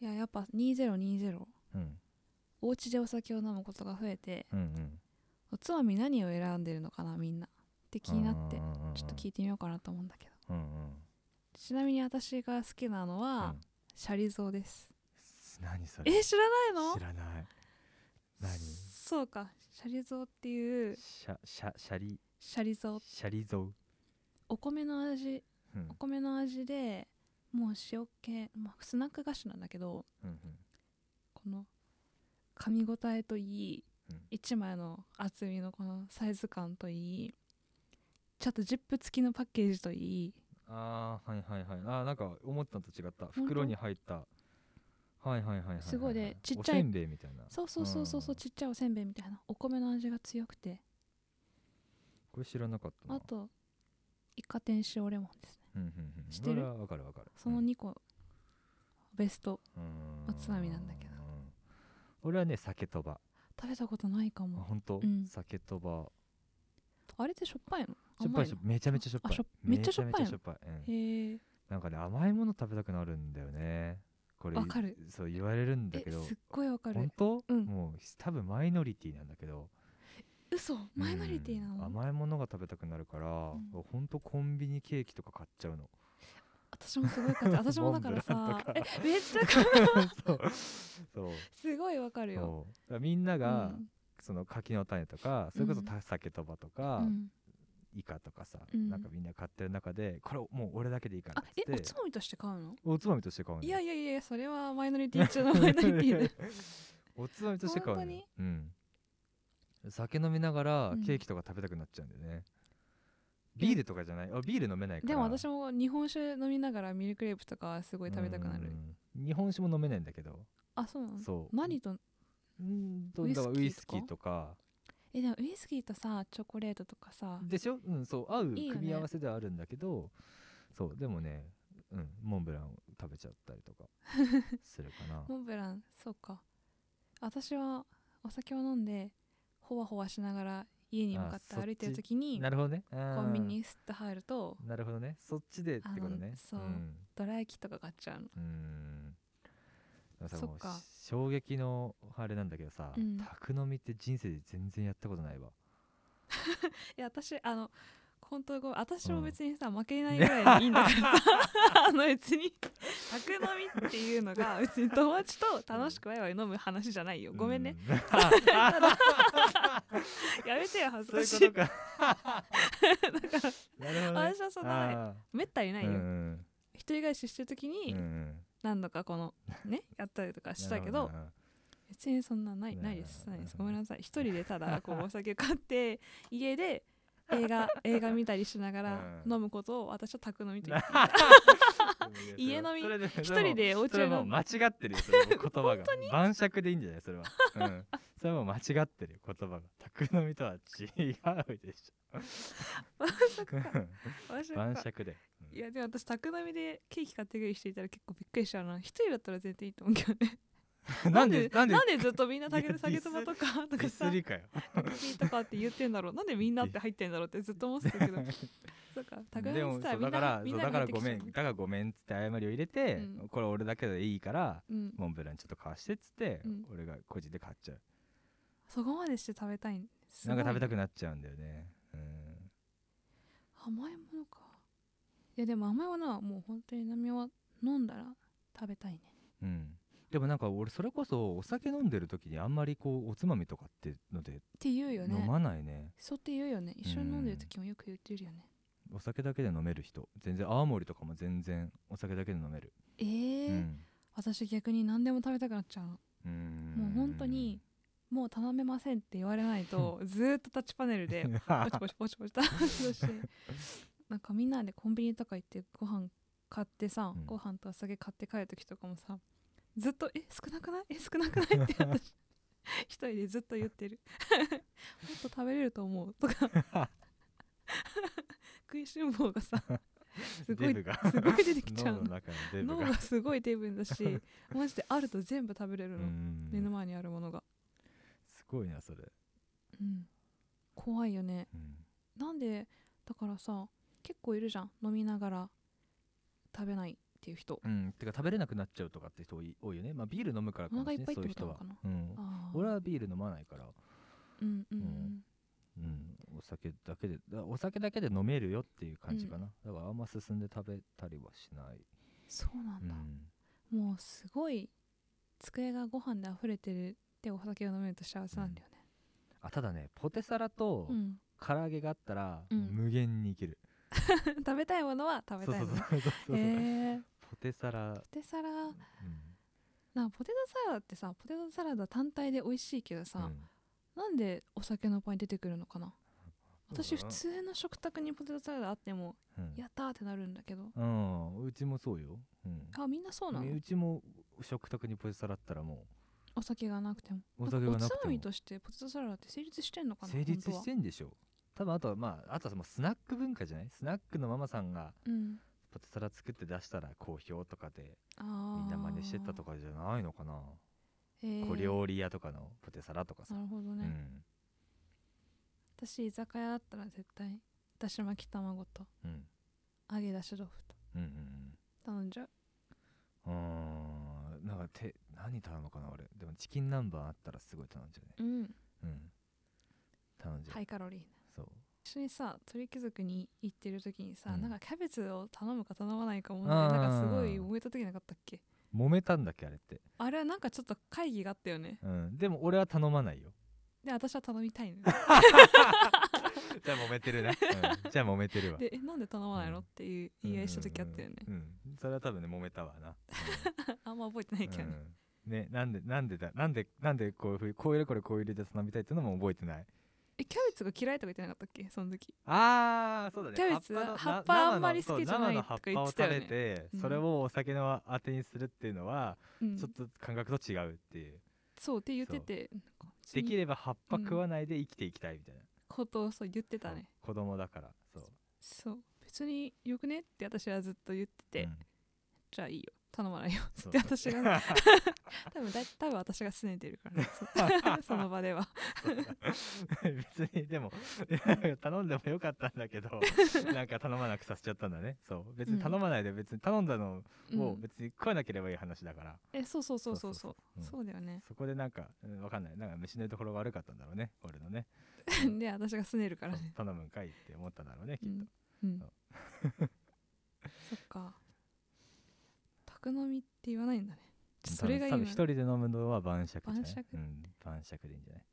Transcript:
いややっぱ2020うんお家でお酒を飲むことが増えてうんうんおつまみ何を選んでるのかなみんなって気になってうんうんうんちょっと聞いてみようかなと思うんだけどうんうんちなみに私が好きなのは、うんシャリゾウです何それえ知らないの知らない何そうかシャリゾウっていうシャシャシャリシャリゾウシャリゾウ、お米の味うんお米の味でもう塩気、まあ、スナック菓子なんだけどうんこの噛み応えといいうん1枚の厚みのこのサイズ感といいちょっとジップ付きのパッケージといいうん、ああはいはいはいあーなんか思ったのと違った当袋に入ったはいはいはいはいはい、すごいねちっちゃいおせんべいみたいなそうそうそうそうそううんちっちゃいおせんべいみたいなお米の味が強くてこれ知らなかったなあとイカ天塩レモンですねうんうんうん知ってるそれはわかるわかるその2個ベストうんおつまみなんだけどうん俺はね酒とば食べたことないかあも本当、うん酒とばあれってしょっぱいのしょっぱ甘いいしのょめちゃめちゃしょっぱあしいょめっちゃしょっぱいのめちゃめちゃしょっぱい、うん、へえなんかね甘いもの食べたくなるんだよねこれわかるそう言われるんだえけどすっごいわかる本当、うんもう多分マイノリティなんだけど嘘マイノリティなうんの、甘いものが食べたくなるから、んほんとコンビニケーキとか買っちゃうの私もすごい買って私もだから モンさブランとかえめっちゃ買う そうそうすごいわかるよそうだからみんなが、うんその柿の種とかそれこそうた酒とばとか、うんイカとかさ、うんなんかみんな買ってる中でこれもう俺だけでいいからあっつえっておつまみとして買うのおつまみとして買うのいやいやいやそれはマイノリティ中のマイノリテ ィでおつまみとして買うのよ本当にうん酒飲みながらうんケーキとか食べたくなっちゃうんだよね、ビールとかじゃないあビール飲めないからでも私も日本酒飲みながらミルクレープとかはすごい食べたくなるうん日本酒も飲めないんだけどあそうなのそう何とうんとウイスだキーとかからウイスキーとかえでもウイスキーとさチョコレートとかさでしょ、うん、そう合ういい組よねみ合わせではあるんだけどそうでもね、うん、モンブランを食べちゃったり とかするかなモンブランそうか私はお酒を飲んでほわほわしながら家に向かってあ歩いてる時になるほどねココンビニにスッと入るとなるほどねそっちでってことあねのそうんどら焼きとか買っちゃうのうんでもさそっもうかし衝撃のあれなんだけどさ、うん宅飲みって人生で全然やったことないわいや私あの本当ごめん私うもん別にさ、負けないぐらいでいいんだからさ あの別に宅飲みっていうのが別に友達と楽しくワイワイ飲む話じゃないよごめんね、うあやめてよ恥ずそ うかいしいうことか なるほどね私はそんなないあめったにーないよ、うん一人暮らししてる時うんにうんうん何度かこのねやったりとかしたけなるどほな別にそんなないねないですないですうんごめんなさい一人でた だこうお酒買って家で映画映画見たりしながらうん飲むことを私は宅飲みと言って 家飲みそれで一人でおそれ茶はも飲うん間違ってるよ それはもう言葉が晩酌でいいんじゃないそれは、うん、それはもう間違ってるよ言葉が宅飲みとは違うでし ょ私は晩酌で、うんいやでも私宅飲みでケーキ買ってくる人いたら結構びっくりしちゃうな一人だったら全然いいと思うけどね なんでなんでなんでずっとみんないや酒ディス酒とばとかとデかィさスケりかよーキとかって言ってんだろうなんでみんなって入ってんだろうってずっと思ってたけどそうか宅飲 でみもしたらそうみんだからなみそんうなだが入ってからごきちゃめうんねだからごめんっつって謝りを入れて、うんこれ俺だけでいいからうんモンブランちょっと買わしてっつって、うん俺が個人で買っちゃうそこまでして食べたいんすなんか食べたくくなっちゃうんだよねうん甘いものかいやでも甘いものはもう本当に飲みは飲んだら食べたいねうんでもなんか俺それこそお酒飲んでる時にあんまりこうおつまみとかってのでって言うよ飲ねまないねそうって言うよね一緒に飲んでる時もよく言ってるよねお酒だけで飲める人全然青森とかも全然お酒だけで飲める、えーうん私逆に何でも食べたくなっちゃうのうんもう本当 にもう頼めませんって言われないとずーっとタッチパネルでポチポチポチポチタッチしてなんかみんなでコンビニとか行ってご飯買ってさ、うんご飯とお酒買って帰る時とかもさずっと「え少なくないえ少なくない?」って私一人でずっと言ってるもっと食べれると思うとか食いしん坊がさすごいデブがすごい出てきちゃ脳うのの中のデブ脳ががすごいデブだしマジであると全部食べれるうの、ん目の前にあるものが、すごいなそれ、うん、怖いよねうんなんでだからさ結構いるじゃん飲みながら食べないっっていう人、うん、てか食べれなくなっちゃうとかって人多い多いよね、まあ、ビール飲むからかもしれないお腹いっぱいうそっいうてこと人なのはかな、うん、あー俺はビール飲まないから、うんうんううんんうん、お酒だけでだお酒だけで飲めるよっていう感じかな、だからあんま進んで食べたりはしない、そうなんうだ、ん、もうすごい机がご飯で溢れてるでお酒を飲めると幸せなんだよねあただねポテサラとうん、唐揚げがあったら、うん無限にいける 食べたいものは食べたいものそうそうそうそうそう、へえポテサラ、ポテサラうんなんかポテトサラダってさポテトサラダ単体で美味しいけどさ、うんなんでお酒の場に出てくるのかな私そ普うだな通の食卓にポテトサラダあってもうんやったーってなるんだけどうん、うちもそうよ、うん、あみんなそうなのうちも食卓にポテサラあったらもお酒がなくてもお酒がなんくてもかおつまみとしてポテトサラダって成立してんのかうな成立し本てんでしょ多分あとはまああとはそのスナック文化じゃないスナックのママさんが当はうんポテサラ作って出したら好評とかであみーんな真似してったとかじゃないのかな、えー小料理屋とかのポテサラとかさ、なるほどうね、ん私居酒屋だったら絶対だし巻き卵とうん揚げだし豆腐とうんうん頼んじゃううんうーんなんかて何頼むかな俺でもチキン南蛮あったらすごい頼んじゃうねうんうん頼んじゃう、ハイカロリーなそう一緒にさ鳥貴族に行ってる時にさ、うんなんかキャベツを頼むか頼まないかもあなーんかすごい揉えた時なかったっけ揉めたんだっけあれって、あれはなんかちょっと会議があったよねうん、でも俺は頼まないよで私は頼みたいの じゃあ揉めてるね、うんじゃあ揉めて るわでえなんで頼まないうのんっていう言い合いした時あったよね、うんうんうんうんそれは多分ね揉めたわな、あんま覚えてないけどね、うんねなんでなんでだなんでなんでこういうふうにこういうのこれこういう理由で頼みたいっていうのも覚えてないえキャベツが嫌いとか言ってなかったっけその時あーそうだねキャベツ葉っぱの葉っぱなあんまり生の好きじゃないそう生の葉っぱをとか食言べってたて、うんそれをお酒のあてにするっていうのは、うんちょっと感覚と違うっていうそうって言っててなんか普通でにきれば葉っぱうん食わないで生きていきたいみたいな、ことをそう言ってたね子供だからそうそう別によくねって私はずっと言ってて、うん じゃあいいよ頼まないよそっうて私 が多分だ多分私が拗ねてるからねそう その場では別にでも いや頼んでもよかったんだけ どなんか頼まなくさせちゃったんだねそう別に頼まないで別に頼んだのをうん別に食わなければいい話だから、えそうそうそうそうそうそうそうそうだよね そこでなんか、うん、わかんないなんか虫の居所が悪かったんだろうね俺のねで私が拗ねるからそうね 頼むんかいって思ったんだろうねきうっと、ん、うんそう、そっか宅飲みって言わないんだねうんそれがいい多な分一人で飲むのは晩酌じゃない晩酌うん、晩酌でいいんじゃない